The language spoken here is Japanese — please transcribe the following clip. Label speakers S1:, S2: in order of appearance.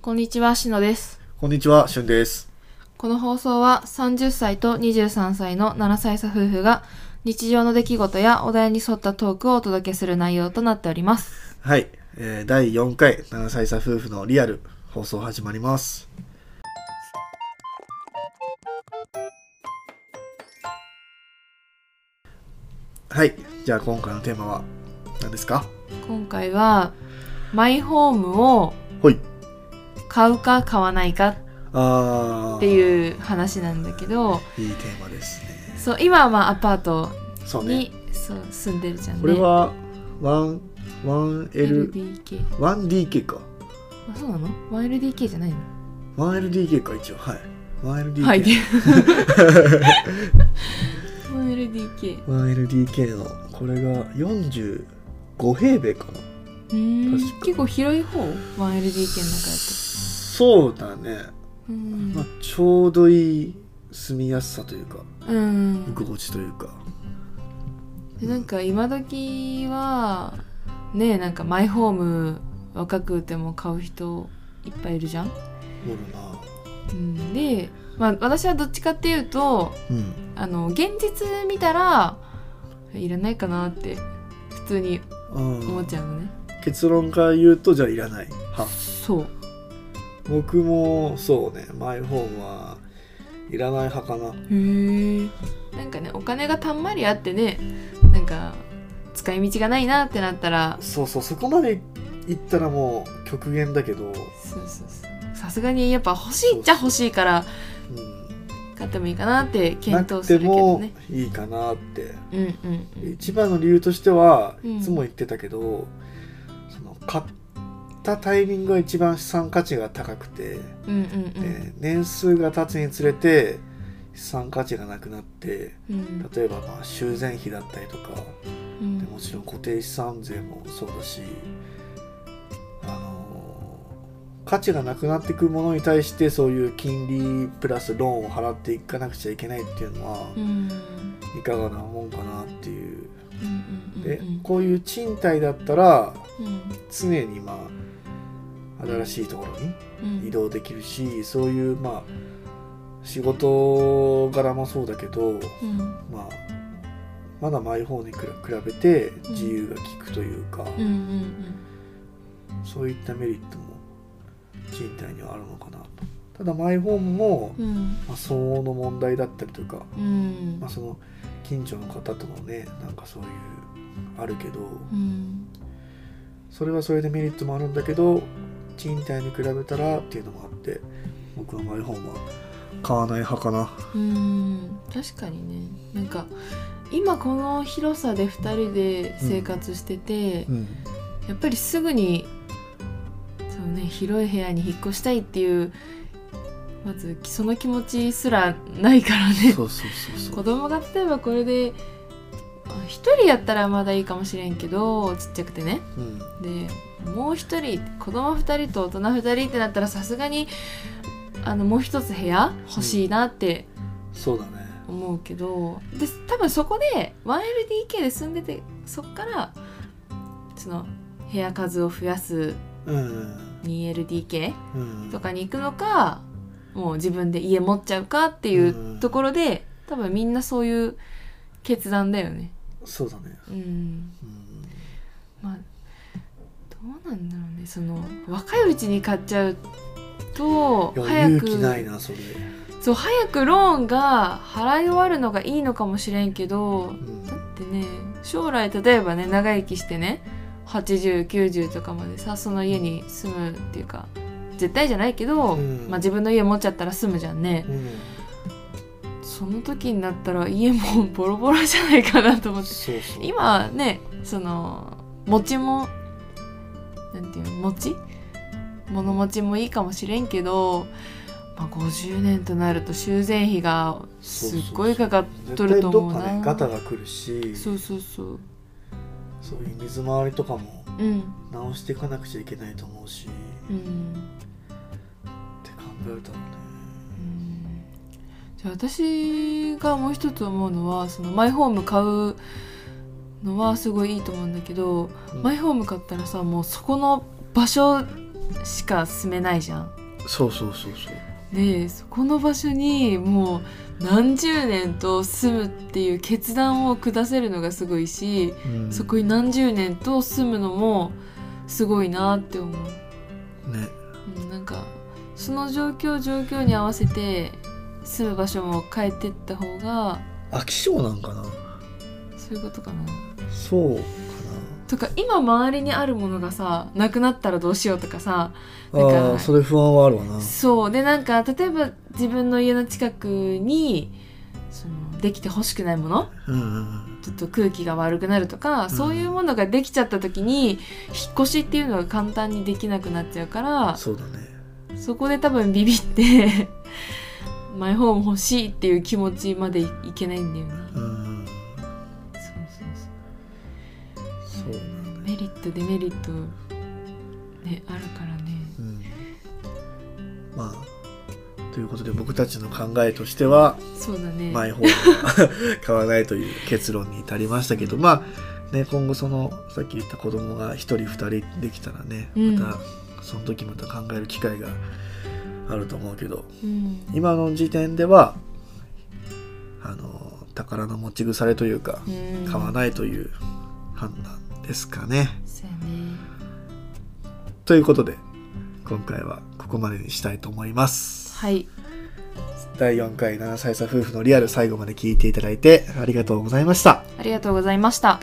S1: こんにちは、しのです。
S2: こんにちは、しゅんです。
S1: この放送は30歳と23歳の7歳差夫婦が日常の出来事やお題に沿ったトークをお届けする内容となっております。
S2: はい、えー第4回7歳差夫婦のリアル放送始まります。はい、じゃあ今回のテーマは何ですか？
S1: 今回は、マイホームを
S2: ほい。
S1: 買うか買わないか
S2: ああ、
S1: っていう話なんだけど、
S2: いいテーマですね。
S1: そう、今はまあアパート
S2: そうね
S1: に。そう住んでるじゃんね。
S2: これはワンワン L
S1: LDK。
S2: ワン DK か。
S1: あ、そうなの ?1LDK じゃないの
S2: ワン LDK か一応はい。ワン LDK。
S1: はい。1LDK。
S2: 1LDK のこれが45平米かな
S1: うーん
S2: 確か
S1: 結構広い方 1LDK の中やと
S2: そうだね、
S1: うん
S2: まあ、ちょうどいい住みやすさというか
S1: うん
S2: 居心地というか
S1: でなんか今時はねえなんかマイホーム若くても買う人いっぱいいるじゃん、
S2: おるな
S1: うん、で、まあ、私はどっちかっていうと
S2: うん
S1: あの現実見たらいらないかなって普通に思
S2: あ
S1: っちゃうのね
S2: ー結論から言うとじゃあいらないは
S1: そう
S2: 僕もそうねマイホームはいらない派かな
S1: へえんかねお金がたんまりあってねなんか使い道がないなってなったら
S2: そうそうそこまでいったらもう極限だけど、
S1: そうそうそうさすがにやっぱ欲しいっちゃ欲しいから
S2: うん、
S1: 買ってもいいかなって
S2: な
S1: 検討
S2: く
S1: す
S2: て
S1: るけど
S2: も
S1: ね
S2: いいかなって
S1: うんうんうん
S2: 一番の理由としては
S1: うん
S2: いつも言ってたけど、その買ったタイミングが一番資産価値が高くて、
S1: うんうんうん
S2: えー年数が経つにつれて資産価値がなくなって
S1: うん
S2: 例えばまあ修繕費だったりとか
S1: うん
S2: でもちろん固定資産税もそうだし、あのー価値がなくなっていくものに対してそういう金利プラスローンを払っていかなくちゃいけないっていうのは
S1: うんうん
S2: いかがなもんかなっていう
S1: うん
S2: で
S1: うん
S2: こういう賃貸だったら
S1: うん
S2: 常にまあ新しいところに
S1: うん
S2: 移動できるしそういうまあ仕事柄もそうだけど、
S1: うん
S2: まあ、まだマイホームにくら比べて
S1: うん
S2: 自由が利くというか、
S1: うんうん
S2: そういったメリットも賃貸にはあるのかなとただマイホームも、
S1: うんうん
S2: まあ、相応の問題だったりとか、
S1: うん
S2: まあ、その近所の方とのねなんかそういうあるけど、
S1: うん
S2: それはそれでメリットもあるんだけど賃貸に比べたらっていうのもあって僕はマイホームは買わない派かな
S1: うん確かにねなんか今この広さで2人で生活してて、
S2: うん
S1: やっぱりすぐにそう、ね、広い部屋に引っ越したいっていうまずその気持ちすらないからね
S2: そうそうそうそ
S1: 子
S2: う
S1: 供が例えばこれであ一人やったらまだいいかもしれんけどちっちゃくてね
S2: うん
S1: でもう一人子供二人と大人二人ってなったらさすがにあのもう一つ部屋欲しいなって
S2: そうだね
S1: 思うけど、で多分そこで 1LDK で住んでてそっからその部屋数を増やす
S2: うん、
S1: 2LDK
S2: うん、
S1: とかに行くのかもう自分で家持っちゃうかっていうところで多分みんなそういう決断だよね。
S2: そうだね
S1: うん
S2: うん
S1: まあどうなんだろうねその若いうちに買っちゃうと
S2: いや
S1: 早
S2: 勇気ない
S1: く
S2: なそれ、
S1: そう早くローンが払い終わるのがいいのかもしれんけど
S2: うん
S1: だってね将来例えばね長生きしてね8090とかまでさその家に住むっていうか絶対じゃないけど、
S2: うん
S1: まあ、自分の家持っちゃったら住むじゃんね
S2: うん、
S1: その時になったら家もボロボロじゃないかなと思って
S2: そうそう
S1: 今ねその餅もなんていうの餅物持ちもいいかもしれんけど、まあ、50年となると修繕費がすっごいかかっとると思うな
S2: 絶対どっかねガタが来るし
S1: そうそうそう
S2: そういう水回りとかも
S1: うん
S2: 直していかなくちゃいけないと思うし、
S1: う
S2: っ
S1: ん
S2: て考えるとね
S1: うんじゃあ私がもう一つ思うのはそのマイホーム買うのはすごいいいと思うんだけど、
S2: うん
S1: マイホーム買ったらさもうそこの場所しか住めないじゃん。
S2: そうそうそうそう
S1: でそこの場所にもう何十年と住むっていう決断を下せるのがすごいし、
S2: うん
S1: そこに何十年と住むのもすごいなって思う。
S2: ね
S1: うんなんかその状況状況に合わせて住む場所も変えてった方が
S2: 飽き性なんかな
S1: そういうことかな。
S2: そうか
S1: とか今周りにあるものがさなくなったらどうしようとかさ
S2: な
S1: だから
S2: ああーそれ不安はあるわな
S1: そうでなんか例えば自分の家の近くにそのできてほしくないもの
S2: うんうんうん
S1: ちょっと空気が悪くなるとか、そういうものができちゃった時に引っ越しっていうのが簡単にできなくなっちゃうから
S2: そうだね
S1: そこで多分ビビってマイホーム欲しいっていう気持ちまでいけないんだよね。
S2: うんうん
S1: そうそうそ
S2: そうな
S1: う
S2: んだね
S1: メリットデメリット、ね、あるからね。
S2: うんまあということで僕たちの考えとしては
S1: そうだね。
S2: マイホームを 買わないという結論に至りましたけどまあね今後そのさっき言った子供が1人2人できたらね
S1: うん
S2: またその時また考える機会があると思うけど
S1: うん、
S2: 今の時点ではあの宝の持ち腐れというか
S1: うん
S2: 買わないという判断ですかね。
S1: そうやね。
S2: ということで今回はここまでにしたいと思います。
S1: はい。
S2: 第4回7歳差夫婦のリアル最後まで聞いていただいてありがとうございました。
S1: ありがとうございました。